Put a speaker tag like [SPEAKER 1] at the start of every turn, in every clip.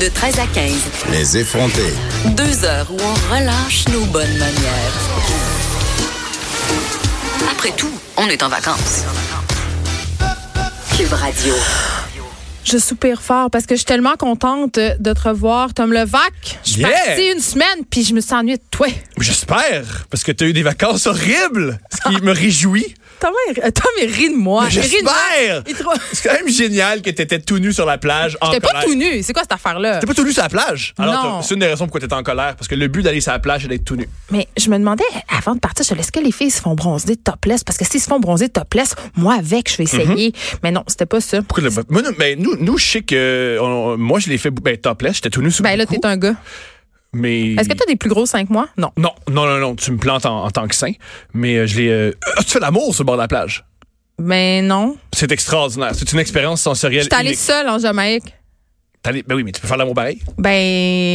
[SPEAKER 1] De 13 à 15.
[SPEAKER 2] Les effronter.
[SPEAKER 1] Deux heures où on relâche nos bonnes manières. Après tout, on est en vacances. Cube Radio.
[SPEAKER 3] Je soupire fort parce que je suis tellement contente de te revoir, Tom Levac. Je suis
[SPEAKER 4] Yeah!
[SPEAKER 3] partie une semaine, puis je me suis ennuyée de toi.
[SPEAKER 4] J'espère, parce que tu as eu des vacances horribles, ce qui me réjouit.
[SPEAKER 3] Tom, il- Tom, il rit de moi. Il rit de moi.
[SPEAKER 4] J'espère!
[SPEAKER 3] Il trouve-
[SPEAKER 4] C'est quand même génial que tu étais tout nu sur la plage. en
[SPEAKER 3] J'étais pas
[SPEAKER 4] colère.
[SPEAKER 3] tout nu. C'est quoi cette affaire-là?
[SPEAKER 4] T'étais Oh, pas tout nu sur la plage.
[SPEAKER 3] Non.
[SPEAKER 4] Alors, t'as- c'est une des raisons pourquoi t'étais en colère, parce que le but d'aller sur la plage, c'est d'être tout nu.
[SPEAKER 3] Mais je me demandais, avant de partir, je- est-ce que les filles se font bronzer topless? Parce que s'ils se font bronzer topless, moi avec, je vais essayer. Mais non, c'était pas ça.
[SPEAKER 4] Mhm. Pourquoi le- Moi, non, ben, nous, nous, je sais que euh, on- moi, je l'ai fait ben, topless, j'étais tout nu sur
[SPEAKER 3] Ben
[SPEAKER 4] le
[SPEAKER 3] là,
[SPEAKER 4] coup,
[SPEAKER 3] t'es un gars.
[SPEAKER 4] Mais.
[SPEAKER 3] Est-ce que t'as des plus gros cinq mois? Non.
[SPEAKER 4] Non, non, non, non, tu me plantes en, en tant que saint, mais euh, je l'ai. euh, ah, tu fais l'amour sur le bord de la plage.
[SPEAKER 3] Ben non.
[SPEAKER 4] C'est extraordinaire. C'est une expérience sensorielle.
[SPEAKER 3] J'étais allée
[SPEAKER 4] unique.
[SPEAKER 3] seule en Jamaïque.
[SPEAKER 4] T'es allé- Ben oui, mais tu peux faire l'amour pareil.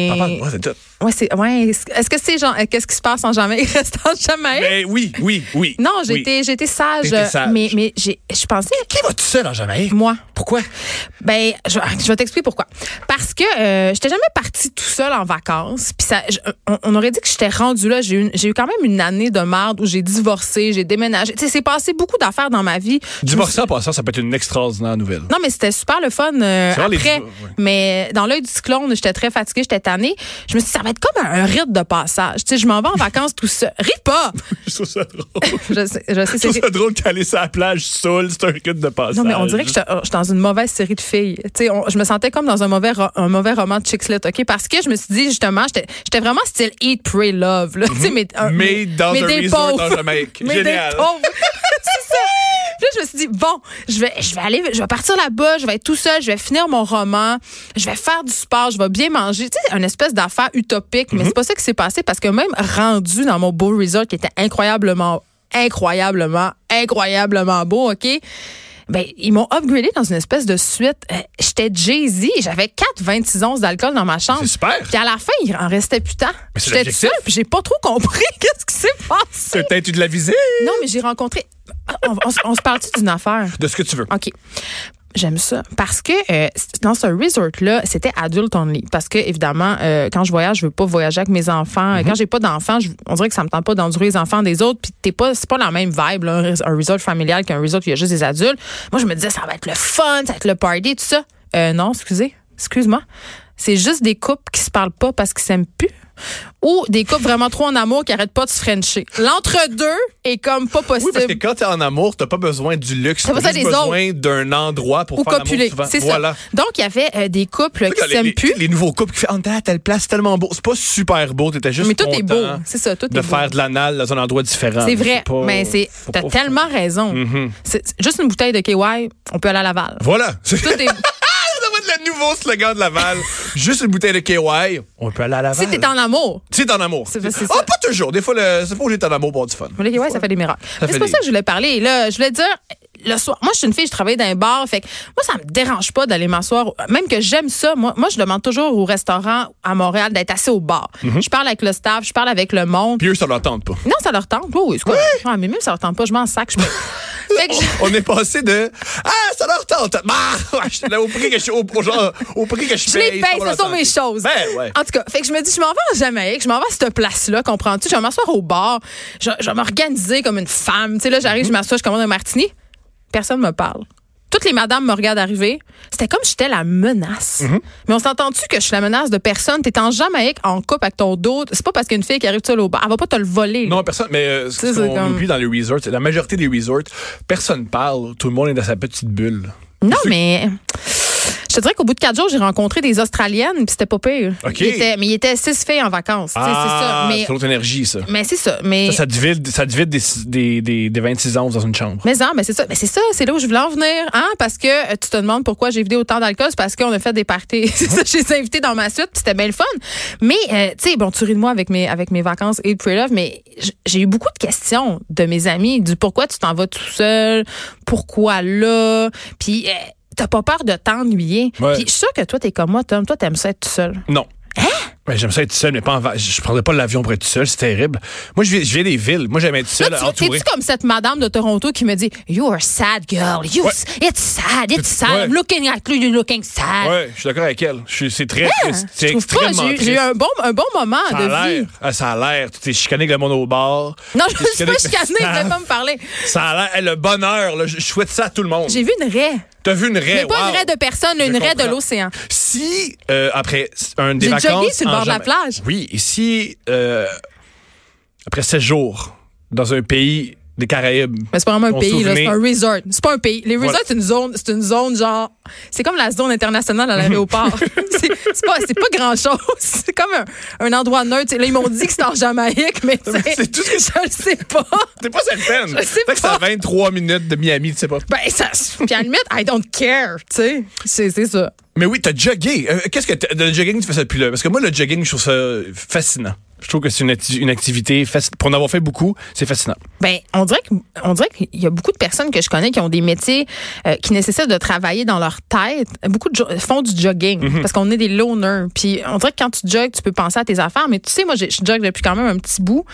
[SPEAKER 4] Papa,
[SPEAKER 3] Ben.
[SPEAKER 4] ouais, c'est tout.
[SPEAKER 3] Ouais, c'est. Ouais. est-ce- Est-ce que c'est genre. euh, Qu'est-ce qui se passe en Jamaïque? Reste en Jamaïque?
[SPEAKER 4] Ben oui, oui, oui.
[SPEAKER 3] Eh? non,
[SPEAKER 4] oui.
[SPEAKER 3] j'étais j'étais sage,
[SPEAKER 4] T'étais sage.
[SPEAKER 3] Mais, mais j'ai- je pensais.
[SPEAKER 4] Qui va tout seul en Jamaïque?
[SPEAKER 3] Moi.
[SPEAKER 4] Pourquoi?
[SPEAKER 3] Ben, je, je vais t'expliquer pourquoi. Parce que euh, j'étais jamais partie tout seul en vacances. Puis ça, je- on, on aurait dit que j'étais rendue là. J'ai eu, une- j'ai eu quand même une année de merde où j'ai divorcé, j'ai déménagé. Tu sais, c'est passé beaucoup d'affaires dans ma vie.
[SPEAKER 4] Divorcer en passant, ça peut être une extraordinaire nouvelle.
[SPEAKER 3] Non, mais c'était super le fun euh,
[SPEAKER 4] C'est vrai, les
[SPEAKER 3] après.
[SPEAKER 4] divas, ouais.
[SPEAKER 3] Mais dans l'œil du cyclone, j'étais très fatiguée, j'étais tannée. Je me suis dit, ça va être comme un rite de passage. Tu sais, je m'en vais en vacances tout seul. Ris pas!
[SPEAKER 4] Je trouve ça drôle.
[SPEAKER 3] Je sais, je sais,
[SPEAKER 4] Je trouve
[SPEAKER 3] c'est-
[SPEAKER 4] ça drôle qu'aller sur la plage saoul, c'est un rythme de passage.
[SPEAKER 3] Non, mais on dirait que je je suis dans une mauvaise série de filles. Tu sais, on- je me sentais comme dans un mauvais, ro- un mauvais roman de Chickslet, OK? Parce que je me suis dit, justement, j'étais j'étais vraiment style Eat, Pray, Love. Là. Tu sais, mais, un-
[SPEAKER 4] Mais Mm-hmm. dans
[SPEAKER 3] mais
[SPEAKER 4] un
[SPEAKER 3] des
[SPEAKER 4] resort
[SPEAKER 3] pauvres.
[SPEAKER 4] en Jamaïque.
[SPEAKER 3] Mais
[SPEAKER 4] Génial.
[SPEAKER 3] des pauvres. C'est ça. Puis là, je me suis dit, bon, je vais, je vais aller, je vais partir là-bas, je vais être tout seul, je vais finir mon roman, je vais faire du sport, je vais bien manger. Tu sais, une espèce d'affaire utopique,
[SPEAKER 4] Mhm.
[SPEAKER 3] mais c'est pas ça qui s'est passé parce que même rendu dans mon beau resort qui était incroyablement, incroyablement, incroyablement beau, OK? Ben, ils m'ont upgradé dans une espèce de suite. Euh, J'étais Jay-Z, j'avais 4 26 onces d'alcool dans ma chambre.
[SPEAKER 4] C'est super.
[SPEAKER 3] Puis à la fin, il en restait plus tant.
[SPEAKER 4] Mais
[SPEAKER 3] J'étais
[SPEAKER 4] c'est
[SPEAKER 3] toute
[SPEAKER 4] l'objectif.
[SPEAKER 3] seule, puis j'ai pas trop compris qu'est-ce qui s'est passé.
[SPEAKER 4] C'est peut-être eu de la visée,
[SPEAKER 3] Non, mais j'ai rencontré. On, on se- on se parle-tu d'une affaire?
[SPEAKER 4] de ce que tu veux.
[SPEAKER 3] OK. J'aime ça. Parce que euh, c- dans ce resort-là, c'était adult only. Parce que, évidemment, euh, quand je voyage, je veux pas voyager avec mes enfants.
[SPEAKER 4] Mm-hmm.
[SPEAKER 3] Quand j'ai pas d'enfants, je- on dirait que ça me tente pas d'endurer les enfants des autres. Puis t'es pas, c'est pas la même vibe, là, un res- un resort familial qu'un resort où il y a juste des adultes. Moi, je me disais, ça va être le fun, ça va être le party, tout ça. Euh, non, excusez. Excuse-moi. C'est juste des couples qui se parlent pas parce qu'ils s'aiment plus. Ou des couples vraiment trop en amour qui arrêtent pas de se frencher. L'entre-deux est comme pas possible.
[SPEAKER 4] Oui, parce que quand t'es en amour, t'as pas besoin du luxe.
[SPEAKER 3] T'as
[SPEAKER 4] T'as
[SPEAKER 3] besoin
[SPEAKER 4] juste
[SPEAKER 3] des
[SPEAKER 4] besoin d'un endroit pour
[SPEAKER 3] ou
[SPEAKER 4] faire
[SPEAKER 3] copuler.
[SPEAKER 4] l'amour souvent.
[SPEAKER 3] C'est
[SPEAKER 4] voilà.
[SPEAKER 3] ça. Donc, il y avait euh, des couples qui
[SPEAKER 4] Regarde, les,
[SPEAKER 3] s'aiment plus.
[SPEAKER 4] les- les nouveaux couples qui font Ah, t'as- telle place, c'est tellement beau. C'est pas super beau, t'étais juste
[SPEAKER 3] Mais tout est beau.
[SPEAKER 4] content
[SPEAKER 3] C'est ça, tout
[SPEAKER 4] de
[SPEAKER 3] est beau.
[SPEAKER 4] faire de l'anal dans un endroit différent.
[SPEAKER 3] C'est vrai,
[SPEAKER 4] pas-
[SPEAKER 3] mais c'est
[SPEAKER 4] faut
[SPEAKER 3] t'as
[SPEAKER 4] pas- Mm-hmm.
[SPEAKER 3] tellement raison. C'est c'est juste une bouteille de KY, on peut aller à Laval.
[SPEAKER 4] Voilà. C'est
[SPEAKER 3] Tout est-
[SPEAKER 4] Ça doit être le nouveau slogan de Laval. Juste une bouteille de KY. On peut aller à Laval.
[SPEAKER 3] si t'es en amour.
[SPEAKER 4] C'est en amour.
[SPEAKER 3] C'est- c'est ça.
[SPEAKER 4] Ah, pas toujours. Des fois, le... c'est pas obligé d'être en amour pour avoir du fun.
[SPEAKER 3] Mais le KY, ça fait des miracles. Mais
[SPEAKER 4] fait
[SPEAKER 3] c'est pas
[SPEAKER 4] des-
[SPEAKER 3] ça que je voulais parler. Là, je voulais dire le soir. Moi, je suis une fille, je travaille dans un bar. Fait que moi, ça me dérange pas d'aller m'asseoir. Même que j'aime ça. Moi, moi, je demande toujours au restaurant à Montréal d'être assis au bar. Je parle avec le staff, je parle avec le monde.
[SPEAKER 4] Mm-hmm. Puis eux, ça leur tente pas.
[SPEAKER 3] Non, ça leur tente. Oui, oui, c'est quoi? Ah, mais même ça leur tente pas, je m'en sac. Je... me- Fait que je-
[SPEAKER 4] On est passé de Ah, ça leur tente. Bah, ouais, je- là, au prix que je au, au genre, au prix que je,
[SPEAKER 3] Je les paye,
[SPEAKER 4] ça va
[SPEAKER 3] ce
[SPEAKER 4] leur
[SPEAKER 3] sont mes
[SPEAKER 4] tenter.
[SPEAKER 3] choses.
[SPEAKER 4] Ben, ouais.
[SPEAKER 3] En tout cas, fait que je me dis, je m'en vais en Jamaïque, je m'en vais à cette place-là, comprends-tu? Je vais m'asseoir au bar, je, je vais m'organiser comme une femme. Tu sais, là,
[SPEAKER 4] Mm-hmm.
[SPEAKER 3] j'arrive, je m'assois, je commande un martini. Personne me parle. Toutes les madames me regardent arriver. C'était comme si j'étais la menace.
[SPEAKER 4] Mm-hmm.
[SPEAKER 3] Mais on s'entend-tu que je suis la menace de personne? T'es en Jamaïque, en couple avec ton dos. C'est pas parce qu'une fille qui arrive seule au bar, elle va pas te le voler. là.
[SPEAKER 4] Non, personne. Mais euh,
[SPEAKER 3] Tu sais,
[SPEAKER 4] ce
[SPEAKER 3] c'est
[SPEAKER 4] qu'on
[SPEAKER 3] comme-
[SPEAKER 4] oublie dans les resorts, c'est la majorité des resorts, personne parle. Tout le monde est dans sa petite bulle.
[SPEAKER 3] Non, mais je te dirais qu'au bout de quatre jours, j'ai rencontré des Australiennes, puis c'était pas pire.
[SPEAKER 4] OK.
[SPEAKER 3] Il était- mais il était six filles en vacances. tu sais,
[SPEAKER 4] Ah,
[SPEAKER 3] c'est ça.
[SPEAKER 4] c'est
[SPEAKER 3] Mais,
[SPEAKER 4] l'autre énergie, ça.
[SPEAKER 3] mais c'est ça. Mais
[SPEAKER 4] Ça, ça te vide, ça te vide des, des, des, des 26 ans dans une chambre.
[SPEAKER 3] Mais non, mais c'est ça, mais c'est ça, c'est là où je voulais en venir, hein, parce que euh, tu te demandes pourquoi j'ai vidé autant d'alcool, c'est parce qu'on a fait des parties. c'est ça, je les ai invités dans ma suite, puis c'était bien le fun. Mais euh, tu sais, bon, tu ris de moi avec mes avec mes vacances et le pre-love, mais j- j'ai eu beaucoup de questions de mes amis du pourquoi tu t'en vas tout seul, pourquoi là, puis euh, t'as pas peur de t'ennuyer.
[SPEAKER 4] Ouais.
[SPEAKER 3] Puis je suis sûre que toi t'es comme moi, Tom, toi t'aimes ça être tout seul.
[SPEAKER 4] Non. Ouais, j'aime ça être seul, mais pas en va- Je prendrais pas l'avion pour être seul, c'est terrible. Moi, je vis, je vis des villes. Moi, j'aime être seul,
[SPEAKER 3] Là, tu
[SPEAKER 4] entouré.
[SPEAKER 3] es comme cette madame de Toronto qui me dit You are sad girl, you
[SPEAKER 4] Ouais.
[SPEAKER 3] it's sad, it's sad.
[SPEAKER 4] Ouais.
[SPEAKER 3] I'm looking at you, you're looking sad.
[SPEAKER 4] Ouais, je suis d'accord avec elle. Je suis- C'est très triste. C'est
[SPEAKER 3] Hein? Ah, Je trouve pas,
[SPEAKER 4] extrêmement
[SPEAKER 3] j'ai-
[SPEAKER 4] triste.
[SPEAKER 3] j'ai eu un bon, un bon moment
[SPEAKER 4] Ça a
[SPEAKER 3] de
[SPEAKER 4] l'air.
[SPEAKER 3] vie.
[SPEAKER 4] Ah, ça a l'air. Tu t'es chicané avec le monde au bar.
[SPEAKER 3] Non,
[SPEAKER 4] Tu
[SPEAKER 3] je
[SPEAKER 4] t'es
[SPEAKER 3] me suis pas
[SPEAKER 4] avec le
[SPEAKER 3] chicanée, je vais
[SPEAKER 4] staff.
[SPEAKER 3] pas me parler.
[SPEAKER 4] Ça a l'air. Eh, Le bonheur, là, je je souhaite ça à tout le monde.
[SPEAKER 3] J'ai vu une raie.
[SPEAKER 4] T'as vu une raie.
[SPEAKER 3] Mais pas une
[SPEAKER 4] Eh, wow.
[SPEAKER 3] raie de personne, une
[SPEAKER 4] Je
[SPEAKER 3] raie de
[SPEAKER 4] comprends.
[SPEAKER 3] l'océan.
[SPEAKER 4] Si, euh, après un des
[SPEAKER 3] J'ai
[SPEAKER 4] vacances...
[SPEAKER 3] jogué sur le
[SPEAKER 4] en
[SPEAKER 3] bord de la
[SPEAKER 4] Jama-
[SPEAKER 3] plage.
[SPEAKER 4] Oui, et si, euh, après 7 jours, dans un pays des Caraïbes...
[SPEAKER 3] Mais Ben, c'est pas vraiment un
[SPEAKER 4] ton
[SPEAKER 3] pays, là,
[SPEAKER 4] souvenir-
[SPEAKER 3] c'est un resort. C'est pas un pays. Les resorts,
[SPEAKER 4] Voilà.
[SPEAKER 3] c'est une zone, c'est une zone genre. C'est comme la zone internationale à l'aéroport. c'est c'est pas, c'est pas grand chose. C'est comme un, un endroit neutre. Là, ils m'ont dit que c'était en Jamaïque, mais tu sais,
[SPEAKER 4] c'est tout ce que-
[SPEAKER 3] je le sais pas.
[SPEAKER 4] T'es pas cette peine.
[SPEAKER 3] Je sais
[SPEAKER 4] Peut-être que c'est à
[SPEAKER 3] pas.
[SPEAKER 4] 23 minutes de Miami, tu sais pas.
[SPEAKER 3] Ben, ça. Puis à la limite, I don't care, tu sais. C'est c'est ça.
[SPEAKER 4] Mais oui, t'as jogué. Euh, Qu'est-ce que t'as- le jogging, tu fais ça depuis là? Parce que moi, le jogging, je trouve ça fascinant. Je trouve que c'est une, acti- une activité, faci- pour en avoir fait beaucoup, c'est fascinant.
[SPEAKER 3] Ben, on dirait que- on dirait qu'il y a beaucoup de personnes que je connais qui ont des métiers euh, qui nécessitent de travailler dans leur tête. Beaucoup de jo- font du jogging
[SPEAKER 4] Mhm.
[SPEAKER 3] parce qu'on est des loners. Puis on dirait que quand tu jogges, tu peux penser à tes affaires. Mais tu sais, moi, j'ai- je jogue depuis quand même un petit bout.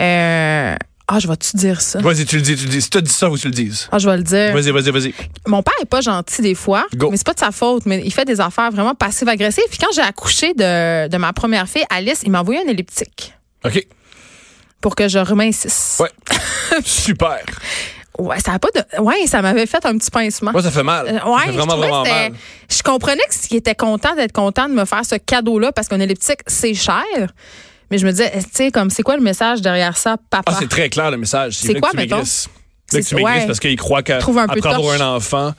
[SPEAKER 3] Euh, ah, je vais-tu dire ça?
[SPEAKER 4] Vas-y, tu le dis, tu le dis. Si t'as dit ça, faut que tu le dises.
[SPEAKER 3] Ah, je vais le dire.
[SPEAKER 4] Vas-y, vas-y, vas-y.
[SPEAKER 3] Mon père est pas gentil des fois,
[SPEAKER 4] Go.
[SPEAKER 3] mais c'est pas de sa faute, mais il fait des affaires vraiment passives-agressives. Puis quand j'ai accouché de, de ma première fille, Alice, il m'a envoyé un elliptique
[SPEAKER 4] OK.
[SPEAKER 3] pour que je remincisse.
[SPEAKER 4] Ouais. Super.
[SPEAKER 3] Ouais, ça a pas de. Ouais, ça m'avait fait un petit pincement.
[SPEAKER 4] Moi, ça fait mal.
[SPEAKER 3] Euh,
[SPEAKER 4] Ça
[SPEAKER 3] ouais,
[SPEAKER 4] fait
[SPEAKER 3] je,
[SPEAKER 4] vraiment,
[SPEAKER 3] trouvais
[SPEAKER 4] vraiment
[SPEAKER 3] que c'était-
[SPEAKER 4] mal.
[SPEAKER 3] je comprenais que ce qui était content d'être content de me faire ce cadeau-là parce qu'un elliptique, c'est cher. Mais je me disais, eh, tu sais, comme c'est quoi le message derrière ça, papa?
[SPEAKER 4] Ah, c'est très clair le message.
[SPEAKER 3] C'est
[SPEAKER 4] là
[SPEAKER 3] quoi,
[SPEAKER 4] que tu
[SPEAKER 3] mettons?
[SPEAKER 4] maigrisses. Là que
[SPEAKER 3] C'est-
[SPEAKER 4] tu maigrisses
[SPEAKER 3] ouais.
[SPEAKER 4] parce qu'ils croient
[SPEAKER 3] Trouve un peu
[SPEAKER 4] qu'après avoir
[SPEAKER 3] torche.
[SPEAKER 4] un enfant,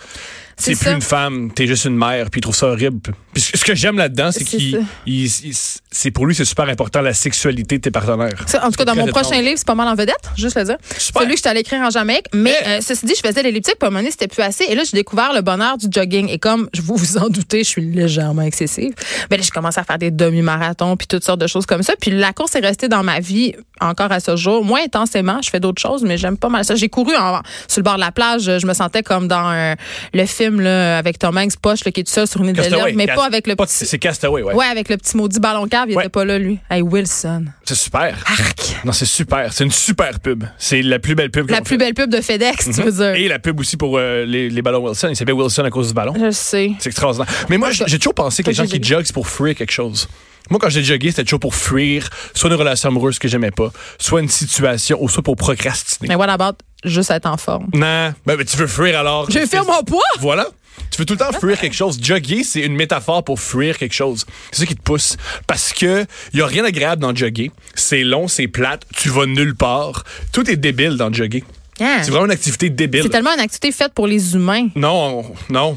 [SPEAKER 3] C'est
[SPEAKER 4] c'est plus
[SPEAKER 3] ça.
[SPEAKER 4] une femme, t'es juste une mère, puis ils trouvent ça horrible. Puis ce ce que j'aime là-dedans, c'est
[SPEAKER 3] C'est
[SPEAKER 4] qu'il,
[SPEAKER 3] ça.
[SPEAKER 4] il- il- c'est pour lui, c'est super important la sexualité de tes partenaires.
[SPEAKER 3] Ça, en tout cas, dans
[SPEAKER 4] Très
[SPEAKER 3] mon
[SPEAKER 4] étrange.
[SPEAKER 3] prochain livre, c'est pas mal en vedette, juste le dire.
[SPEAKER 4] Super.
[SPEAKER 3] Celui que je t'allais écrire en Jamaïque. Mais
[SPEAKER 4] Hey.
[SPEAKER 3] euh, ceci dit, je faisais l'elliptique, puis à un moment donné, c'était plus assez. Et là, j'ai découvert le bonheur du jogging. Et comme je vous vous en doutez, je suis légèrement excessive. Mais là, j'ai commencé à faire des demi-marathons, puis toutes sortes de choses comme ça. Puis la course est restée dans ma vie encore à ce jour. Moins intensément, je fais d'autres choses, mais j'aime pas mal ça. J'ai couru en- sur le bord de la plage. Je me sentais comme dans un- le film là, avec Tom Hanks, Poche, là, qui est tout seul sur une île
[SPEAKER 4] Castaway.
[SPEAKER 3] déserte, mais
[SPEAKER 4] Cast-
[SPEAKER 3] pas avec le
[SPEAKER 4] pas-
[SPEAKER 3] petit...
[SPEAKER 4] C'est Castaway, ouais.
[SPEAKER 3] Ouais, avec le petit maudit ballon cave, il
[SPEAKER 4] Ouais.
[SPEAKER 3] était pas là, lui. Hey, Wilson.
[SPEAKER 4] C'est super.
[SPEAKER 3] Arc!
[SPEAKER 4] Non, c'est super. C'est une super pub. C'est la plus belle pub.
[SPEAKER 3] La
[SPEAKER 4] qu'on
[SPEAKER 3] plus
[SPEAKER 4] fait.
[SPEAKER 3] belle pub de FedEx, tu veux dire.
[SPEAKER 4] Et la pub aussi pour euh, les, les ballons Wilson. Il s'appelle Wilson à cause du ballon.
[SPEAKER 3] Je sais.
[SPEAKER 4] C'est extraordinaire. Mais moi, j'ai
[SPEAKER 3] bah,
[SPEAKER 4] j'ai toujours pensé que les
[SPEAKER 3] Moi,
[SPEAKER 4] gens
[SPEAKER 3] j'ai
[SPEAKER 4] qui joguent, c'est pour fuir quelque chose. Moi, quand j'ai jogué, c'était toujours pour fuir soit une relation amoureuse que j'aimais pas, soit une situation, ou soit pour procrastiner.
[SPEAKER 3] Mais what about juste être en forme?
[SPEAKER 4] Non, ben, ben, tu veux fuir alors.
[SPEAKER 3] Je vais faire mon poids!
[SPEAKER 4] Voilà. Tu veux tout le temps fuir quelque chose. Jogger, c'est une métaphore pour fuir quelque chose. C'est ça qui te pousse. Parce que y a rien d'agréable dans jogger. C'est long, c'est plate, tu vas nulle part. Tout est débile dans jogger.
[SPEAKER 3] Ah.
[SPEAKER 4] C'est vraiment une activité débile.
[SPEAKER 3] C'est tellement une activité faite pour les humains.
[SPEAKER 4] Non, non.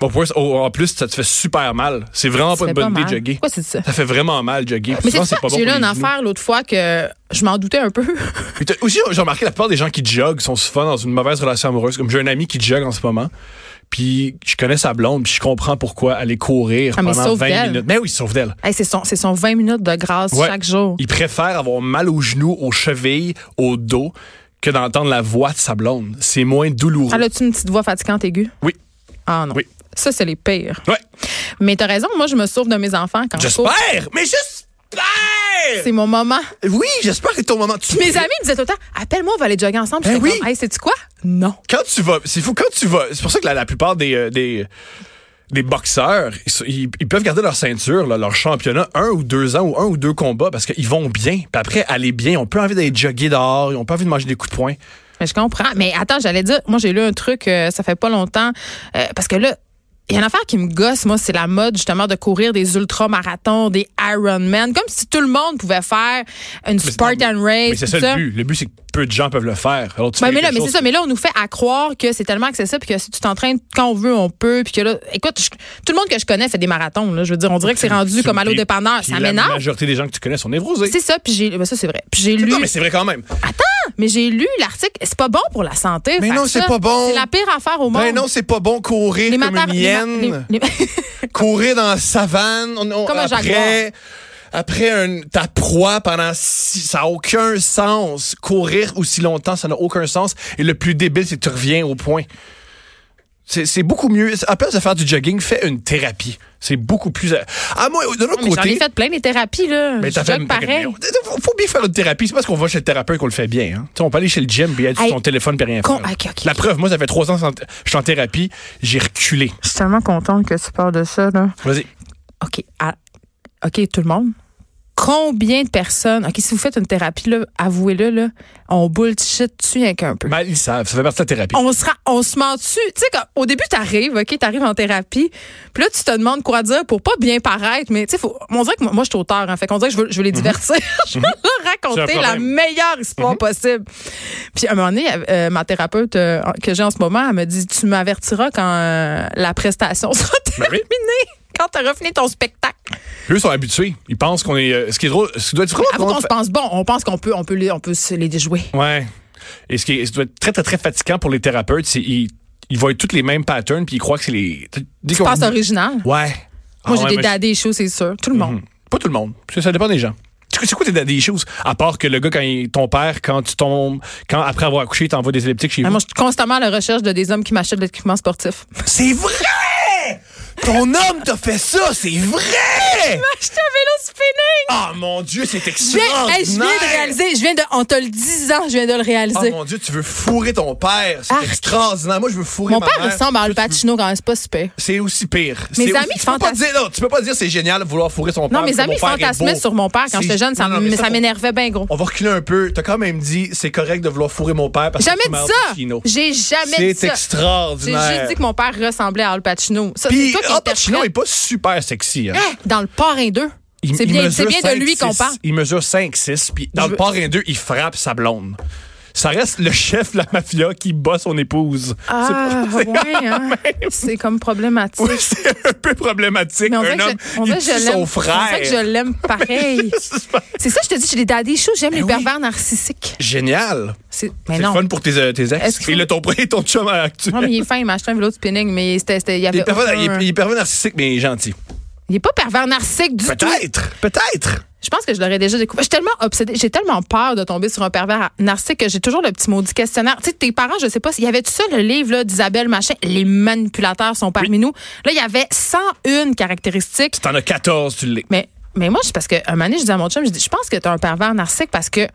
[SPEAKER 4] Bon, pour- oh, en plus, ça te fait super mal. C'est vraiment
[SPEAKER 3] Ça
[SPEAKER 4] pas
[SPEAKER 3] fait
[SPEAKER 4] une bonne
[SPEAKER 3] Ah, pas
[SPEAKER 4] idée
[SPEAKER 3] mal.
[SPEAKER 4] de jogger.
[SPEAKER 3] Pourquoi c'est ça?
[SPEAKER 4] Ça fait vraiment mal jogger.
[SPEAKER 3] Mais
[SPEAKER 4] Souvent,
[SPEAKER 3] c'est ça,
[SPEAKER 4] pas bon
[SPEAKER 3] j'ai eu
[SPEAKER 4] pour
[SPEAKER 3] une
[SPEAKER 4] les genoux.
[SPEAKER 3] affaire l'autre fois que je m'en doutais un peu.
[SPEAKER 4] Puis t'as- aussi, j'ai remarqué la plupart des gens qui joguent sont souvent dans une mauvaise relation amoureuse. Comme j'ai un ami qui jogue en ce moment, puis je connais sa blonde, puis je comprends pourquoi aller courir
[SPEAKER 3] Ah, mais
[SPEAKER 4] pendant
[SPEAKER 3] sauve
[SPEAKER 4] 20
[SPEAKER 3] d'elle.
[SPEAKER 4] minutes. Mais oui, sauf d'elle.
[SPEAKER 3] Hey, c'est son, c'est son 20 minutes de grâce
[SPEAKER 4] Ouais.
[SPEAKER 3] chaque jour.
[SPEAKER 4] Il préfère avoir mal aux genoux, aux chevilles, au dos que d'entendre la voix de sa blonde. C'est moins douloureux.
[SPEAKER 3] Elle a-tu une petite voix fatigante aiguë?
[SPEAKER 4] Oui.
[SPEAKER 3] Ah non.
[SPEAKER 4] Oui.
[SPEAKER 3] Ça, c'est les pires.
[SPEAKER 4] Ouais.
[SPEAKER 3] Mais t'as raison, moi, je me sauve de mes enfants quand je cours.
[SPEAKER 4] J'espère! Mais j'espère!
[SPEAKER 3] oh. C'est mon moment.
[SPEAKER 4] Oui, j'espère que ton moment. Tu
[SPEAKER 3] Mes amis me disaient tout le temps, appelle-moi, on va aller jogger ensemble.
[SPEAKER 4] Ben
[SPEAKER 3] J'étais
[SPEAKER 4] oui.
[SPEAKER 3] comme, hey, sais-tu quoi? Non.
[SPEAKER 4] quand tu vas, c'est fou, quand tu vas, c'est pour ça que la, la plupart des, euh, des, des boxeurs, ils, sont- ils- ils peuvent garder leur ceinture, là, leur championnat, un ou deux ans ou un ou deux combats parce qu'ils vont bien. Puis après, aller bien, on peut envie d'aller jogger dehors, on peut envie de manger des coups de poing.
[SPEAKER 3] Mais je comprends. Ah, Mais attends, j'allais dire, moi, j'ai lu un truc, euh, ça fait pas longtemps, euh, parce que là, il y a une affaire qui me gosse, moi, c'est la mode justement de courir des ultramarathons, des Ironman, comme si tout le monde pouvait faire une Spartan Race.
[SPEAKER 4] Mais c'est
[SPEAKER 3] tout
[SPEAKER 4] ça le but. Le but, c'est que peu de gens peuvent le faire. Alors, tu
[SPEAKER 3] Ben,
[SPEAKER 4] fais
[SPEAKER 3] mais là,
[SPEAKER 4] quelque
[SPEAKER 3] mais
[SPEAKER 4] chose-
[SPEAKER 3] c'est ça. Mais là, on nous fait à croire que c'est tellement accessible puis que si tu t'entraînes quand on veut, on peut. Puis que là, écoute, je- tout le monde que je connais fait des marathons. Là, je veux dire, on dirait que c'est rendu
[SPEAKER 4] Tu-
[SPEAKER 3] comme aller au
[SPEAKER 4] puis-
[SPEAKER 3] dépanneur.
[SPEAKER 4] puis
[SPEAKER 3] Ça
[SPEAKER 4] La
[SPEAKER 3] m'énerve.
[SPEAKER 4] majorité des gens que tu connais sont névrosés.
[SPEAKER 3] C'est ça. Puis j'ai, ben, ça c'est vrai. Puis j'ai lu.
[SPEAKER 4] Non, mais c'est vrai quand même.
[SPEAKER 3] Mais j'ai lu l'article. C'est pas bon pour la santé.
[SPEAKER 4] Mais
[SPEAKER 3] Fait
[SPEAKER 4] non,
[SPEAKER 3] que
[SPEAKER 4] c'est
[SPEAKER 3] ça,
[SPEAKER 4] pas bon.
[SPEAKER 3] C'est la pire affaire au monde.
[SPEAKER 4] Ben non, c'est pas bon courir
[SPEAKER 3] les
[SPEAKER 4] comme
[SPEAKER 3] matar-
[SPEAKER 4] une
[SPEAKER 3] les ma-
[SPEAKER 4] hyène.
[SPEAKER 3] les- les-
[SPEAKER 4] courir dans la savane. on- on-
[SPEAKER 3] Comme un
[SPEAKER 4] après, après un- ta proie pendant six- ça n'a aucun sens. Courir aussi longtemps, ça n'a aucun sens. Et le plus débile, c'est que tu reviens au point. C'est c'est beaucoup mieux. À place de faire du jogging, fais une thérapie. C'est beaucoup plus. À, à moi, de l'autre
[SPEAKER 3] Ah, Mais j'en
[SPEAKER 4] côté.
[SPEAKER 3] ai fait plein des thérapies, là.
[SPEAKER 4] Mais
[SPEAKER 3] Je
[SPEAKER 4] Ben, t'as fait
[SPEAKER 3] jogue pareil.
[SPEAKER 4] Faut, faut bien faire notre thérapie. C'est parce qu'on va chez le thérapeute qu'on le fait bien. Hein. Tu sais, on peut aller chez le gym et être
[SPEAKER 3] Hey,
[SPEAKER 4] sur son téléphone et rien
[SPEAKER 3] con-
[SPEAKER 4] faire.
[SPEAKER 3] ok, ok,
[SPEAKER 4] La
[SPEAKER 3] ok.
[SPEAKER 4] preuve, moi, ça fait trois ans que je suis en thérapie. J'ai reculé.
[SPEAKER 3] Je suis tellement contente que tu parles de ça, là.
[SPEAKER 4] Vas-y.
[SPEAKER 3] OK. à- OK, tout le monde. Combien de personnes. OK, si vous faites une thérapie, là, avouez-le, là, on bullshit dessus rien qu'un peu.
[SPEAKER 4] Ben, ils savent. Ça fait partie de la thérapie.
[SPEAKER 3] on se, ra- on se ment dessus. Tu sais, comme, au début, t'arrives, OK, t'arrives en thérapie. Puis là, tu te demandes quoi dire pour pas bien paraître. Mais, tu sais, faut- on dirait que moi, moi, je suis auteur, en fait. On dirait que je veux, je veux les divertir. je veux leur raconter
[SPEAKER 4] Mhm. C'est un
[SPEAKER 3] la
[SPEAKER 4] problème. Mhm.
[SPEAKER 3] meilleure histoire possible. Puis, à un moment donné, euh, ma thérapeute euh, que j'ai en ce moment, elle me dit Tu m'avertiras quand euh, la prestation sera
[SPEAKER 4] Ben oui.
[SPEAKER 3] terminée, quand t'auras fini ton spectacle.
[SPEAKER 4] Eux sont habitués. Ils pensent qu'on est. euh, ce qui est drôle, ce qui doit être vraiment
[SPEAKER 3] Avant
[SPEAKER 4] drôle-
[SPEAKER 3] Ah, qu'on se pense bon, on pense qu'on peut, on peut, les, on peut se les déjouer.
[SPEAKER 4] Ouais. Et ce qui, est- ce qui doit être très, très, très fatigant pour les thérapeutes, c'est qu'ils ils voient tous les mêmes patterns puis ils croient que c'est les. Dès
[SPEAKER 3] Je pense original.
[SPEAKER 4] Ouais. Ah
[SPEAKER 3] Moi,
[SPEAKER 4] ouais, Mhm.
[SPEAKER 3] j'ai des
[SPEAKER 4] mais
[SPEAKER 3] dadés shows, c'est sûr. Tout le monde.
[SPEAKER 4] je- Pas tout le monde. Ça, ça dépend des gens. C'est quoi- C'est quoi tes daddy choses? À part que le gars, quand il- ton père, quand tu tombes, quand après avoir accouché, il t'envoie des elliptiques chez
[SPEAKER 3] Ah,
[SPEAKER 4] vous.
[SPEAKER 3] Moi, je suis constamment à la recherche de des hommes qui m'achètent de l'équipement sportif.
[SPEAKER 4] C'est vrai! Ton homme t'a fait ça, c'est vrai!
[SPEAKER 3] Acheter un vélo spinning!
[SPEAKER 4] Ah mon Dieu, c'est
[SPEAKER 3] Je
[SPEAKER 4] Oh,
[SPEAKER 3] viens, hey, je viens de réaliser, je viens de, en te le disant, je viens de le réaliser.
[SPEAKER 4] Oh Ah, mon Dieu, tu veux fourrer ton père. C'est
[SPEAKER 3] Arc.
[SPEAKER 4] extraordinaire. Moi, je veux fourrer
[SPEAKER 3] mon père ressemble à Al Pacino quand même, c'est pas super.
[SPEAKER 4] C'est aussi pire.
[SPEAKER 3] Mes
[SPEAKER 4] C'est
[SPEAKER 3] amis
[SPEAKER 4] aussi- tu peux pas
[SPEAKER 3] fantas-
[SPEAKER 4] dire, non, tu peux pas dire c'est génial de vouloir fourrer son père.
[SPEAKER 3] Non, mes
[SPEAKER 4] parce que
[SPEAKER 3] amis
[SPEAKER 4] mon père est
[SPEAKER 3] fantasmaient
[SPEAKER 4] beau.
[SPEAKER 3] sur mon père quand
[SPEAKER 4] C'est-
[SPEAKER 3] j'étais jeune, ça,
[SPEAKER 4] Non, non, mais
[SPEAKER 3] m- ça
[SPEAKER 4] faut-
[SPEAKER 3] m'énervait bien gros.
[SPEAKER 4] On va reculer un peu. T'as quand même dit c'est correct de vouloir fourrer mon père parce que
[SPEAKER 3] Jamais
[SPEAKER 4] c'est
[SPEAKER 3] dit
[SPEAKER 4] Al Pacino.
[SPEAKER 3] ça! J'ai jamais dit
[SPEAKER 4] C'est
[SPEAKER 3] ça. J'ai
[SPEAKER 4] extraordinaire.
[SPEAKER 3] juste dit que mon père ressemblait à Al Pacino. Ça, c'est
[SPEAKER 4] Puis
[SPEAKER 3] toi qui
[SPEAKER 4] Al Pacino est
[SPEAKER 3] interprètes.
[SPEAKER 4] pas super sexy. hein.
[SPEAKER 3] Hein? Dans le parrain 2.
[SPEAKER 4] Il-
[SPEAKER 3] C'est
[SPEAKER 4] il
[SPEAKER 3] bien,
[SPEAKER 4] mesure
[SPEAKER 3] c'est bien de lui
[SPEAKER 4] 5'6".
[SPEAKER 3] qu'on parle.
[SPEAKER 4] Il mesure 5-6, puis dans
[SPEAKER 3] Je
[SPEAKER 4] le
[SPEAKER 3] veux-
[SPEAKER 4] parrain 2, il frappe sa blonde. Ça reste le chef de la mafia qui bat son épouse.
[SPEAKER 3] Ah,
[SPEAKER 4] c'est pas-
[SPEAKER 3] ouais, hein. C'est comme problématique.
[SPEAKER 4] Oui, c'est un peu problématique.
[SPEAKER 3] Mais on dirait
[SPEAKER 4] un
[SPEAKER 3] que
[SPEAKER 4] homme,
[SPEAKER 3] je- on
[SPEAKER 4] il
[SPEAKER 3] dirait que
[SPEAKER 4] tue
[SPEAKER 3] je l'aime.
[SPEAKER 4] son frère.
[SPEAKER 3] On dirait que je l'aime pareil. C'est ça, je te dis, j'ai des daddy shows, j'aime les
[SPEAKER 4] Ben oui.
[SPEAKER 3] pervers narcissiques.
[SPEAKER 4] Génial.
[SPEAKER 3] C'est- Mais
[SPEAKER 4] C'est
[SPEAKER 3] non.
[SPEAKER 4] le fun pour tes, euh, tes
[SPEAKER 3] Est-ce
[SPEAKER 4] ex.
[SPEAKER 3] qu'il
[SPEAKER 4] Et
[SPEAKER 3] faut-
[SPEAKER 4] là, ton, et ton chum actuel.
[SPEAKER 3] Non, mais il est fin, il m'a acheté un vélo de spinning, mais c'était, c'était- il y
[SPEAKER 4] il,
[SPEAKER 3] avait.
[SPEAKER 4] est pervers,
[SPEAKER 3] aucun-
[SPEAKER 4] il est- il est pervers narcissique, mais il est gentil.
[SPEAKER 3] Il est pas pervers narcissique du tout.
[SPEAKER 4] Peut-être. Peut-être.
[SPEAKER 3] Je pense que je l'aurais déjà découvert. Je suis tellement obsédée, j'ai tellement peur de tomber sur un pervers narcissique que j'ai toujours le petit maudit questionnaire. Tu sais, tes parents, je sais pas, il y avait ça le livre là, d'Isabelle Machin, Les manipulateurs sont parmi nous. Là, il y avait 101 caractéristiques.
[SPEAKER 4] T'en as 14, tu l'es.
[SPEAKER 3] Mais, mais moi, c'est parce que un moment donné, je dis à mon chum, je dis, je pense que t'as un pervers narcissique parce que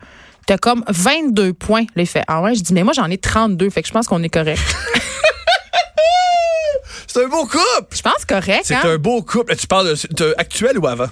[SPEAKER 3] t'as comme 22 points. Là, il fait, ah ouais, je dis, mais moi, j'en ai 32, fait que je pense qu'on est correct.
[SPEAKER 4] C'est un beau couple.
[SPEAKER 3] je pense correct,
[SPEAKER 4] C'est
[SPEAKER 3] hein?
[SPEAKER 4] un beau couple. Tu parles de, de- actuel ou avant?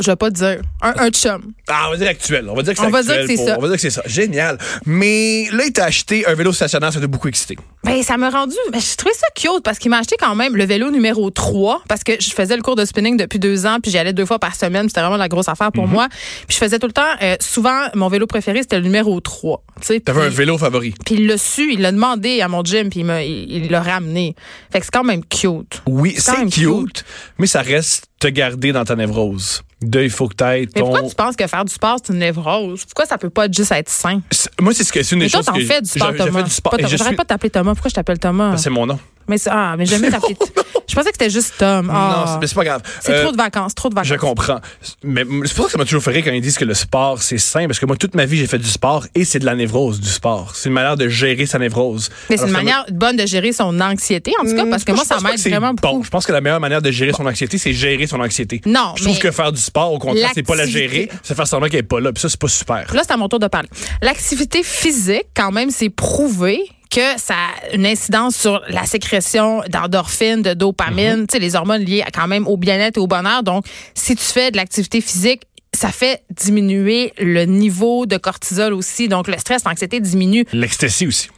[SPEAKER 3] Je vais pas te dire. Un, un chum.
[SPEAKER 4] Ah, on va dire actuel. On va dire que c'est
[SPEAKER 3] On va dire
[SPEAKER 4] actuel
[SPEAKER 3] que c'est
[SPEAKER 4] pour-
[SPEAKER 3] ça.
[SPEAKER 4] On va dire que c'est ça. Génial. Mais là, il t'a acheté un vélo stationnaire, ça t'a beaucoup excité.
[SPEAKER 3] Ben, ça m'a rendu. Ben, j'ai trouvé ça cute parce qu'il m'a acheté quand même le vélo numéro 3 parce que je faisais le cours de spinning depuis deux ans puis j'y allais deux fois par semaine. puis C'était vraiment la grosse affaire pour
[SPEAKER 4] Mhm.
[SPEAKER 3] moi. Puis je faisais tout le temps, euh, souvent, mon vélo préféré, c'était le numéro 3. Tu sais,
[SPEAKER 4] T'avais un
[SPEAKER 3] puis-
[SPEAKER 4] vélo favori.
[SPEAKER 3] Puis il l'a su, il l'a demandé à mon gym, puis il m'a- il il l'a ramené. Fait que c'est quand même cute.
[SPEAKER 4] Oui,
[SPEAKER 3] quand
[SPEAKER 4] c'est
[SPEAKER 3] même
[SPEAKER 4] cute, mais ça reste te garder dans ta névrose. De, il faut que t'aies
[SPEAKER 3] Mais
[SPEAKER 4] ton...
[SPEAKER 3] pourquoi tu penses que faire du sport, c'est une névrose? Pourquoi ça peut pas juste être sain?
[SPEAKER 4] C'est- Moi, c'est ce que c'est une
[SPEAKER 3] Mais
[SPEAKER 4] des
[SPEAKER 3] toi,
[SPEAKER 4] choses
[SPEAKER 3] t'en
[SPEAKER 4] que
[SPEAKER 3] fais du
[SPEAKER 4] j'ai-
[SPEAKER 3] sport,
[SPEAKER 4] j'ai fait
[SPEAKER 3] Thomas.
[SPEAKER 4] du sport.
[SPEAKER 3] Pas-
[SPEAKER 4] et je
[SPEAKER 3] J'arrête
[SPEAKER 4] suis- Ben,
[SPEAKER 3] pas de t'appeler Thomas. Pourquoi je t'appelle Thomas?
[SPEAKER 4] C'est mon nom.
[SPEAKER 3] Mais c'est- ah, mais jamais t'appeler. Je pensais que c'était juste Tom. Ah.
[SPEAKER 4] Non, c'est- mais c'est pas grave.
[SPEAKER 3] c'est
[SPEAKER 4] Euh,
[SPEAKER 3] trop de vacances, trop de vacances.
[SPEAKER 4] Je comprends. Mais c'est pour ça que ça m'a toujours fait rire quand ils disent que le sport, c'est sain, parce que moi, toute ma vie, j'ai fait du sport et c'est de la névrose, du sport. C'est une manière de gérer sa névrose.
[SPEAKER 3] Mais c'est une
[SPEAKER 4] Alors, ça me- Mm,
[SPEAKER 3] manière bonne de gérer son anxiété, en tout cas, parce que
[SPEAKER 4] Je
[SPEAKER 3] moi, ça
[SPEAKER 4] pense pas
[SPEAKER 3] m'aide
[SPEAKER 4] que c'est
[SPEAKER 3] vraiment
[SPEAKER 4] Bon,
[SPEAKER 3] beaucoup.
[SPEAKER 4] je pense que la meilleure manière de gérer son anxiété, c'est gérer son anxiété.
[SPEAKER 3] Non,
[SPEAKER 4] Je trouve
[SPEAKER 3] mais-
[SPEAKER 4] que faire du sport, au contraire, c'est pas la
[SPEAKER 3] L'activité.
[SPEAKER 4] gérer, c'est faire semblant qu'elle est pas là, puis ça, c'est pas super.
[SPEAKER 3] Là, c'est à mon tour de parler. L'activité physique, quand même, c'est prouvé que ça a une incidence sur la sécrétion d'endorphines, de
[SPEAKER 4] Mm-hmm.
[SPEAKER 3] dopamine, tu sais, les hormones liées à- quand même au bien-être et au bonheur. Donc, si tu fais de l'activité physique, ça fait diminuer le niveau de cortisol aussi. Donc, le stress, l'anxiété diminue. Ah
[SPEAKER 4] L'ecstasy aussi.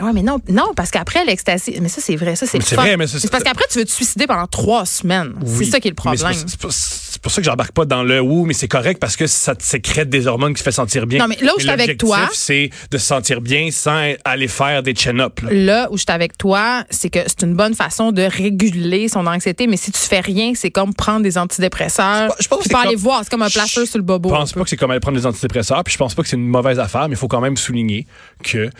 [SPEAKER 3] Ouais, mais non, non, parce qu'après l'extasie, mais ça, c'est vrai, ça, c'est
[SPEAKER 4] Mais c'est
[SPEAKER 3] fun.
[SPEAKER 4] vrai, mais ça, c'est-
[SPEAKER 3] c'est parce qu'après, tu veux te suicider pendant trois semaines.
[SPEAKER 4] Oui.
[SPEAKER 3] C'est ça qui est le
[SPEAKER 4] Mais
[SPEAKER 3] problème.
[SPEAKER 4] c'est pour- C'est pour, c'est pour ça que j'embarque pas dans le ou, mais c'est correct parce que ça te sécrète des hormones qui te fait sentir bien.
[SPEAKER 3] Non, mais là où je suis avec
[SPEAKER 4] l'objectif,
[SPEAKER 3] toi-
[SPEAKER 4] c'est de se sentir bien sans aller faire des chin-up. là.
[SPEAKER 3] là où je suis avec toi, c'est que c'est une bonne façon de réguler son anxiété, mais si tu fais rien, c'est comme prendre des antidépresseurs.
[SPEAKER 4] Je pense que
[SPEAKER 3] puis
[SPEAKER 4] c'est
[SPEAKER 3] pas aller
[SPEAKER 4] comme-
[SPEAKER 3] voir, c'est comme un placeur sur le bobo.
[SPEAKER 4] Je pense pas que c'est comme aller prendre des antidépresseurs, puis je pense pas que c'est une mauvaise affaire, mais il faut quand même souligner que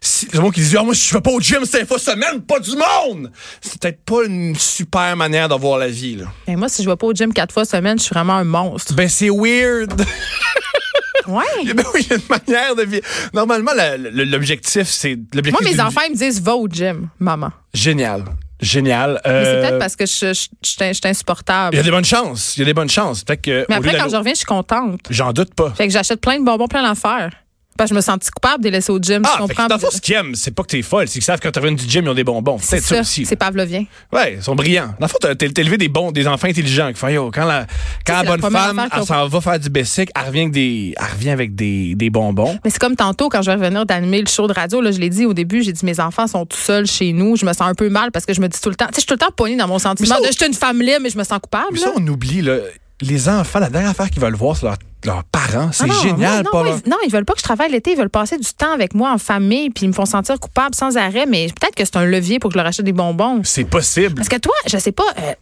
[SPEAKER 4] si, le monde qui dit, ah, moi, je vais pas au gym cinq fois semaine, pas du monde! C'est peut-être pas une super manière d'avoir la vie, là.
[SPEAKER 3] Ben, Mais moi, si je vais pas au gym quatre fois semaine, je suis vraiment un monstre.
[SPEAKER 4] Ben, c'est weird!
[SPEAKER 3] Ouais.
[SPEAKER 4] Il y a- ben oui, il y a une manière de vivre. Normalement, la- le- l'objectif, c'est.
[SPEAKER 3] Moi,
[SPEAKER 4] l'objectif
[SPEAKER 3] mes
[SPEAKER 4] d'une-
[SPEAKER 3] enfants, ils me disent, va au gym, maman.
[SPEAKER 4] Génial. Génial.
[SPEAKER 3] Mais c'est
[SPEAKER 4] Euh,
[SPEAKER 3] peut-être parce que je, je, je suis in- je suis insupportable.
[SPEAKER 4] Il y a des bonnes chances. Il y a des bonnes chances. Peut-être que.
[SPEAKER 3] Mais
[SPEAKER 4] au lieu
[SPEAKER 3] après, quand
[SPEAKER 4] d'aller-
[SPEAKER 3] je reviens, je suis contente.
[SPEAKER 4] J'en doute pas.
[SPEAKER 3] Fait que j'achète plein de bonbons, plein d'affaires. Parce que je me sens coupable de les laisser au gym.
[SPEAKER 4] Ah,
[SPEAKER 3] tu
[SPEAKER 4] fait que
[SPEAKER 3] comprends?
[SPEAKER 4] dans le fond, ce qu'ils aiment, c'est pas que t'es folle, c'est qu'ils savent quand t'as du gym, ils ont des bonbons.
[SPEAKER 3] c'est
[SPEAKER 4] Peut-être ça,
[SPEAKER 3] ça.
[SPEAKER 4] aussi.
[SPEAKER 3] C'est Pavlovien.
[SPEAKER 4] Ouais, ils sont brillants. Dans le fond, t'as t'as- t'as élevé des bons, des enfants intelligents qui font yo, quand la, quand la
[SPEAKER 3] c'est la
[SPEAKER 4] bonne
[SPEAKER 3] première
[SPEAKER 4] femme,
[SPEAKER 3] affaire
[SPEAKER 4] elle
[SPEAKER 3] qu'on-
[SPEAKER 4] s'en va faire du basic, elle revient avec des, elle revient avec des, des bonbons.
[SPEAKER 3] Mais c'est comme tantôt, quand je vais revenir d'animer le show de radio, là, je l'ai dit au début, j'ai dit mes enfants sont tout seuls chez nous. Je me sens un peu mal parce que je me dis tout le temps, tu sais, je suis tout le temps pognée dans mon sentiment
[SPEAKER 4] Mais ça,
[SPEAKER 3] de je suis une femme libre, mais je me sens coupable.
[SPEAKER 4] Mais ça,
[SPEAKER 3] là.
[SPEAKER 4] on oublie, là, les enfants, la dernière affaire qu'ils veulent voir, c'est leur- leurs parents. C'est
[SPEAKER 3] Ah non,
[SPEAKER 4] génial,
[SPEAKER 3] non,
[SPEAKER 4] pas
[SPEAKER 3] non,
[SPEAKER 4] leur-
[SPEAKER 3] ils, non, ils veulent pas que je travaille l'été, ils veulent passer du temps avec moi en famille, puis ils me font sentir coupable sans arrêt, mais peut-être que c'est un levier pour que je leur achète des bonbons.
[SPEAKER 4] C'est possible.
[SPEAKER 3] Parce que toi, je sais pas, euh,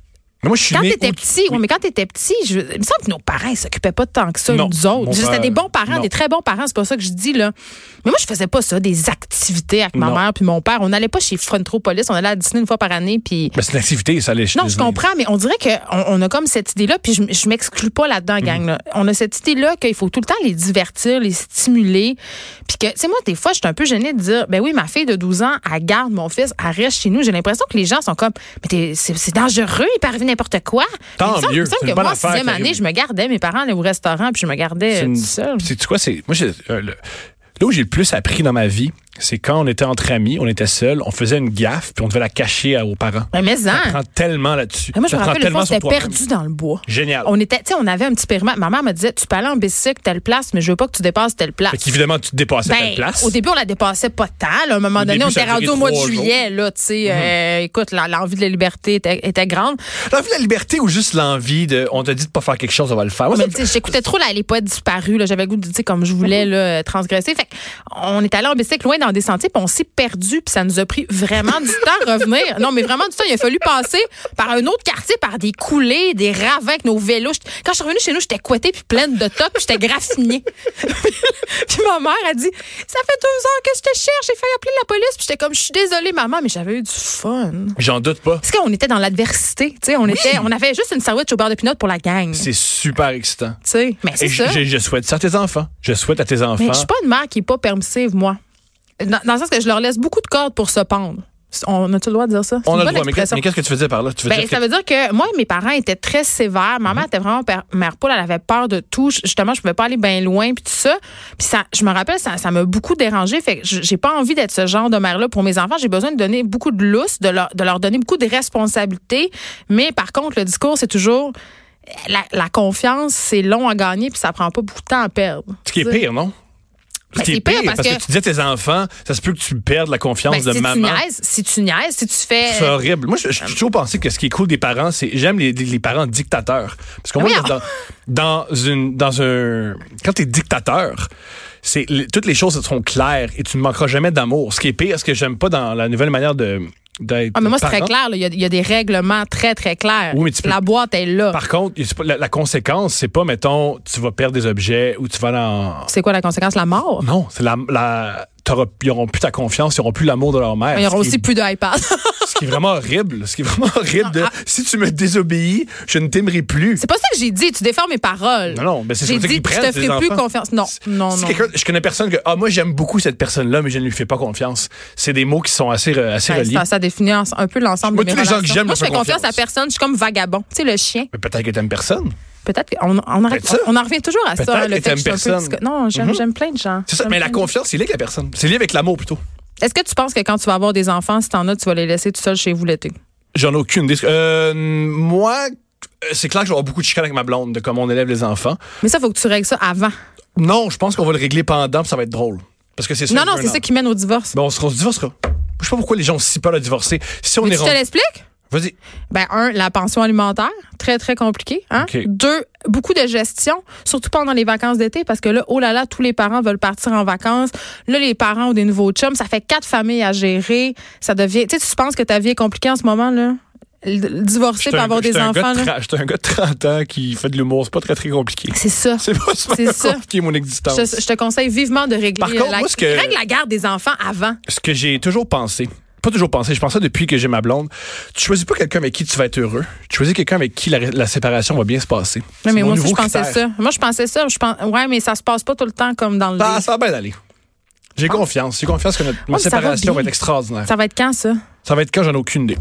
[SPEAKER 4] Mais moi, je suis
[SPEAKER 3] quand
[SPEAKER 4] né
[SPEAKER 3] t'étais
[SPEAKER 4] au-
[SPEAKER 3] petit, oui, mais quand t'étais petit, je, il me semble que nos parents ils s'occupaient pas tant que ça
[SPEAKER 4] Non,
[SPEAKER 3] nous
[SPEAKER 4] mon
[SPEAKER 3] autres. C'était
[SPEAKER 4] père,
[SPEAKER 3] des bons parents,
[SPEAKER 4] non.
[SPEAKER 3] des très bons parents, c'est pas ça que je dis là. Mais moi je faisais pas ça, des activités avec ma
[SPEAKER 4] Non.
[SPEAKER 3] mère puis mon père. On n'allait pas chez Frontropolis, on allait à Disney une fois par année puis
[SPEAKER 4] Mais c'est une activité, ça allait chez
[SPEAKER 3] non, je
[SPEAKER 4] Disney.
[SPEAKER 3] comprends, mais on dirait qu'on on a comme cette idée-là, puis je, m- je m'exclus pas là-dedans,
[SPEAKER 4] Mm.
[SPEAKER 3] gang. là. On a cette idée-là qu'il faut tout le temps les divertir, les stimuler. Puis que, tu sais, moi, des fois, je suis un peu gênée de dire, ben oui, ma fille de 12 ans, elle garde mon fils, elle reste chez nous. J'ai l'impression que les gens sont comme, mais t'es- c'est c'est dangereux, il peut arriver n'importe quoi.
[SPEAKER 4] Tant
[SPEAKER 3] Mais il me semble- il
[SPEAKER 4] mieux,
[SPEAKER 3] me semble
[SPEAKER 4] c'est
[SPEAKER 3] que
[SPEAKER 4] une bonne
[SPEAKER 3] moi, en
[SPEAKER 4] affaire
[SPEAKER 3] sixième
[SPEAKER 4] qui
[SPEAKER 3] année,
[SPEAKER 4] arrive.
[SPEAKER 3] je me gardais, mes parents allaient au restaurant, puis je me gardais euh,
[SPEAKER 4] C'est une-
[SPEAKER 3] tout seul.
[SPEAKER 4] C'est quoi, c'est. Moi, j'ai- euh, le- là où j'ai le plus appris dans ma vie, c'est quand on était entre amis, on était seuls, on faisait une gaffe, puis on devait la cacher à- aux parents.
[SPEAKER 3] Mais, mais,
[SPEAKER 4] Ça
[SPEAKER 3] hein.
[SPEAKER 4] prend tellement là-dessus.
[SPEAKER 3] Mais moi, je
[SPEAKER 4] Ça
[SPEAKER 3] me
[SPEAKER 4] prend
[SPEAKER 3] rappelle, une fois,
[SPEAKER 4] tellement
[SPEAKER 3] on
[SPEAKER 4] sur
[SPEAKER 3] s'était
[SPEAKER 4] toi-même.
[SPEAKER 3] perdu dans le bois.
[SPEAKER 4] Génial.
[SPEAKER 3] On était, tu sais, on avait un petit périmètre. Ma mère me disait, tu peux aller en bicycle telle place, mais je veux pas que tu dépasses telle place.
[SPEAKER 4] Fait qu'évidemment, tu te dépasses à
[SPEAKER 3] Ben,
[SPEAKER 4] ta place.
[SPEAKER 3] Au début, on la dépassait pas tant. là. À un moment
[SPEAKER 4] Au
[SPEAKER 3] donné,
[SPEAKER 4] début,
[SPEAKER 3] on
[SPEAKER 4] ça
[SPEAKER 3] était
[SPEAKER 4] a
[SPEAKER 3] rendu
[SPEAKER 4] duré
[SPEAKER 3] au mois de
[SPEAKER 4] trois Mm-hmm.
[SPEAKER 3] juillet. Là, tu sais, euh, écoute, la- l'envie de la liberté était, était grande.
[SPEAKER 4] L'envie de la liberté ou juste l'envie de. On te dit de pas faire quelque chose, on va le faire. Moi,
[SPEAKER 3] Mais
[SPEAKER 4] ça-
[SPEAKER 3] tu sais, j'écoutais trop là, les poètes disparus. là. J'avais le goût de dire comme je voulais là, euh, transgresser. Fait que on est allé en bicycle loin dans des sentiers, puis on s'est perdu, puis ça nous a pris vraiment du temps à revenir. Non, mais vraiment du temps. Il a fallu passer par un autre quartier, par des coulées, des ravins avec nos vélos. J't- Quand je suis revenue chez nous, j'étais couettée, puis pleine de tocs, puis j'étais graffinée. Puis ma mère a dit Ça fait deux ans que je te cherche, j'ai failli appeler la police. Puis j'étais comme Je suis désolée, maman, mais j'avais eu du fun.
[SPEAKER 4] J'en doute pas.
[SPEAKER 3] Parce qu'on était dans l'adversité. Tu sais, on, était, on avait juste une sandwich au beurre de pinot pour la gang. tu
[SPEAKER 4] C'est super excitant.
[SPEAKER 3] sais. Mais c'est
[SPEAKER 4] Et je,
[SPEAKER 3] ça.
[SPEAKER 4] je- je souhaite ça à tes enfants. Je souhaite à tes enfants.
[SPEAKER 3] Mais je suis pas une mère qui est pas permissive, moi. Dans, dans le sens que je leur laisse beaucoup de cordes pour se pendre. On a-tu le droit de dire ça? C'est
[SPEAKER 4] on
[SPEAKER 3] une
[SPEAKER 4] a le
[SPEAKER 3] bonne
[SPEAKER 4] droit. Mais qu'est-
[SPEAKER 3] expression.
[SPEAKER 4] mais qu'est-ce que tu veux dire par là? Tu veux
[SPEAKER 3] Ben,
[SPEAKER 4] dire que-
[SPEAKER 3] ça veut dire que moi, mes parents étaient très sévères. Ma mère était vraiment per- mère poule. Elle avait peur de tout. Je- Justement, je pouvais pas aller bien loin, puis tout ça. Puis ça, je me rappelle, ça ça m'a beaucoup dérangé. Fait que j- j'ai pas envie d'être ce genre de mère-là pour mes enfants. J'ai besoin de donner beaucoup de lousse, de leur, de leur donner beaucoup de responsabilités. Mais par contre, le discours, c'est toujours... La, la confiance, c'est long à gagner, puis ça prend pas beaucoup de temps à perdre.
[SPEAKER 4] Ce qui est
[SPEAKER 3] Tu sais.
[SPEAKER 4] pire, non? Ce
[SPEAKER 3] Ben,
[SPEAKER 4] qui
[SPEAKER 3] c'est
[SPEAKER 4] est
[SPEAKER 3] pire
[SPEAKER 4] pire, parce,
[SPEAKER 3] parce
[SPEAKER 4] que...
[SPEAKER 3] que-
[SPEAKER 4] tu dis à tes enfants, ça se peut que tu perdes la
[SPEAKER 3] Ben,
[SPEAKER 4] confiance de
[SPEAKER 3] si
[SPEAKER 4] maman.
[SPEAKER 3] Tu niaises, ben, si tu niaises, si tu fais.
[SPEAKER 4] C'est horrible. Moi, je- je suis toujours pensé que ce qui est cool des parents, c'est j'aime les, les parents dictateurs. Parce que moi,
[SPEAKER 3] Oui,
[SPEAKER 4] dans, dans une dans un quand t'es dictateur, c'est l- toutes les choses sont claires et tu ne manqueras jamais d'amour. Ce qui est pire, ce que j'aime pas dans la nouvelle manière de d'être.
[SPEAKER 3] Ah, mais moi, c'est
[SPEAKER 4] parent.
[SPEAKER 3] très clair. là. Il y, a- il y a des règlements très, très clairs.
[SPEAKER 4] Oui, mais tu peux-
[SPEAKER 3] La boîte est là.
[SPEAKER 4] Par contre, c'est pas- la, la conséquence, c'est pas mettons tu vas perdre des objets ou tu vas dans
[SPEAKER 3] C'est quoi la conséquence? La mort?
[SPEAKER 4] non, c'est la, la t'auras- ils auront plus ta confiance, ils auront plus l'amour de leur mère.
[SPEAKER 3] Il y aura
[SPEAKER 4] ce qui est
[SPEAKER 3] aussi plus d'iPad.
[SPEAKER 4] ce qui est vraiment horrible, ce qui est vraiment horrible de si tu me désobéis, je ne t'aimerai plus.
[SPEAKER 3] Ah, c'est pas ça que j'ai dit. Tu défends mes paroles.
[SPEAKER 4] Non, non, mais c'est ce
[SPEAKER 3] J'ai
[SPEAKER 4] qu'ils
[SPEAKER 3] dit que je te
[SPEAKER 4] prennent, ces
[SPEAKER 3] ferai plus
[SPEAKER 4] enfants.
[SPEAKER 3] confiance. Non,
[SPEAKER 4] Si-
[SPEAKER 3] non,
[SPEAKER 4] si
[SPEAKER 3] non.
[SPEAKER 4] quelqu'un- je connais personne que ah moi j'aime beaucoup cette personne-là mais je ne lui fais pas confiance. C'est des mots qui sont assez re- assez
[SPEAKER 3] Ouais,
[SPEAKER 4] reliés.
[SPEAKER 3] Ben, ça, ça définit en- un peu l'ensemble
[SPEAKER 4] Moi,
[SPEAKER 3] de mes
[SPEAKER 4] tous les gens que
[SPEAKER 3] relations.
[SPEAKER 4] j'aime
[SPEAKER 3] Moi,
[SPEAKER 4] me
[SPEAKER 3] je fais
[SPEAKER 4] font
[SPEAKER 3] confiance à
[SPEAKER 4] confiance.
[SPEAKER 3] personne. Je suis comme vagabond. Tu sais, le chien.
[SPEAKER 4] Mais peut-être que t'aimes personne.
[SPEAKER 3] Peut-être qu'on on, arrête-
[SPEAKER 4] Peut-être ça.
[SPEAKER 3] on en revient toujours à ça.
[SPEAKER 4] Peut-être
[SPEAKER 3] hein, le
[SPEAKER 4] que
[SPEAKER 3] fait que
[SPEAKER 4] t'aimes
[SPEAKER 3] je suis un peu
[SPEAKER 4] personne. Mhm.
[SPEAKER 3] psycho- Non, j'aime j'aime plein de gens.
[SPEAKER 4] C'est ça.
[SPEAKER 3] J'aime
[SPEAKER 4] Mais la
[SPEAKER 3] plein de gens.
[SPEAKER 4] confiance, c'est lié avec la personne. C'est lié avec l'amour plutôt.
[SPEAKER 3] Est-ce que tu penses que quand tu vas avoir des enfants, si t'en as, tu vas les laisser tout seuls chez vous l'été?
[SPEAKER 4] J'en ai aucune idée. Euh, moi, euh, c'est clair que je vais avoir beaucoup de chicanes avec ma blonde de comment on élève les enfants.
[SPEAKER 3] Mais ça, faut que tu règles ça avant.
[SPEAKER 4] Non, je pense qu'on va le régler pendant, puis ça va être drôle parce que c'est ça.
[SPEAKER 3] Non,
[SPEAKER 4] le
[SPEAKER 3] non, c'est
[SPEAKER 4] burn-out.
[SPEAKER 3] ça qui mène au divorce.
[SPEAKER 4] Ben, on se, on se divorcera. Je sais pas pourquoi les gens ont si peur de divorcer. Si on
[SPEAKER 3] Mais
[SPEAKER 4] est
[SPEAKER 3] tu te
[SPEAKER 4] rendu-
[SPEAKER 3] l'expliques?
[SPEAKER 4] Vas-y.
[SPEAKER 3] Ben, un, la pension alimentaire, très, très compliqué. Hein?
[SPEAKER 4] OK.
[SPEAKER 3] Deux, beaucoup de gestion, surtout pendant les vacances d'été, parce que là, oh là là, tous les parents veulent partir en vacances. Là, les parents ont des nouveaux chums. Ça fait quatre familles à gérer. Ça devient. Tu sais, tu penses que ta vie est compliquée en ce moment, là? Le- le Divorcer
[SPEAKER 4] J'étais
[SPEAKER 3] pour
[SPEAKER 4] un-
[SPEAKER 3] avoir des
[SPEAKER 4] j'étais un gars
[SPEAKER 3] enfants,
[SPEAKER 4] de
[SPEAKER 3] là.
[SPEAKER 4] tra- J'étais un gars de 30 ans qui fait de l'humour. C'est pas très, très compliqué.
[SPEAKER 3] C'est ça.
[SPEAKER 4] C'est pas
[SPEAKER 3] C'est
[SPEAKER 4] super
[SPEAKER 3] ça.
[SPEAKER 4] compliqué, mon existence.
[SPEAKER 3] Je, je te conseille vivement de régler
[SPEAKER 4] Par contre,
[SPEAKER 3] la,
[SPEAKER 4] moi, ce que-
[SPEAKER 3] règle la garde des enfants avant.
[SPEAKER 4] Ce que j'ai toujours pensé, pas toujours pensé, je pense ça depuis que j'ai ma blonde. Tu choisis pas quelqu'un avec qui tu vas être heureux. Tu choisis quelqu'un avec qui la, la séparation va bien se passer.
[SPEAKER 3] Non,
[SPEAKER 4] C'est
[SPEAKER 3] mais
[SPEAKER 4] mon
[SPEAKER 3] moi aussi, je
[SPEAKER 4] nouveau
[SPEAKER 3] pensais
[SPEAKER 4] critère.
[SPEAKER 3] ça. Moi, je pensais ça. Je pense... Ouais, mais ça se passe pas tout le temps comme dans le
[SPEAKER 4] Bah,
[SPEAKER 3] livre.
[SPEAKER 4] ça va bien aller. J'ai confiance. J'ai confiance que notre,
[SPEAKER 3] Ah.
[SPEAKER 4] ma
[SPEAKER 3] mais ça va
[SPEAKER 4] séparation va,
[SPEAKER 3] bien.
[SPEAKER 4] être extraordinaire.
[SPEAKER 3] Ça va être quand, ça?
[SPEAKER 4] Ça va être quand j'en ai aucune idée.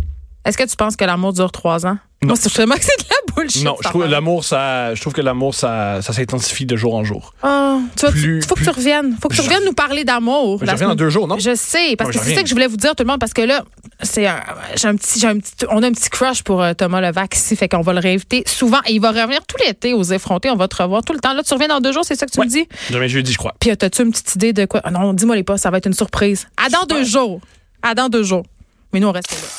[SPEAKER 3] Est-ce que tu penses que l'amour dure trois ans?
[SPEAKER 4] Non.
[SPEAKER 3] Moi, c'est vraiment que c'est de la bullshit.
[SPEAKER 4] non, je
[SPEAKER 3] cette
[SPEAKER 4] trouve,
[SPEAKER 3] affaire.
[SPEAKER 4] l'amour, ça, je trouve que l'amour, ça, ça s'intensifie de jour en jour.
[SPEAKER 3] Ah, tu vois, tu-
[SPEAKER 4] Plus-
[SPEAKER 3] faut que
[SPEAKER 4] plus-
[SPEAKER 3] tu reviennes. Faut que tu
[SPEAKER 4] Je-
[SPEAKER 3] reviennes nous parler d'amour.
[SPEAKER 4] Mais
[SPEAKER 3] la
[SPEAKER 4] je reviens dans
[SPEAKER 3] semaine-
[SPEAKER 4] deux jours, non?
[SPEAKER 3] Je sais, parce
[SPEAKER 4] Ouais,
[SPEAKER 3] que
[SPEAKER 4] je
[SPEAKER 3] c'est
[SPEAKER 4] reviens.
[SPEAKER 3] ça que je voulais vous dire, tout le monde, parce que là, c'est un- j'ai un petit, j'ai un petit, on a un petit crush pour euh, Thomas Levac ici, fait qu'on va le réinviter souvent. Et il va revenir tout l'été aux effrontés, on va te revoir tout le temps. Là, tu reviens dans deux jours, c'est ça que tu
[SPEAKER 4] Ouais.
[SPEAKER 3] me dis?
[SPEAKER 4] Demain jeudi, je crois.
[SPEAKER 3] Puis, euh, t'as-tu une petite idée de quoi? Ah non, dis-moi les pas, ça va être une surprise. À dans deux jours. À dans deux jours. Mais nous, on reste là.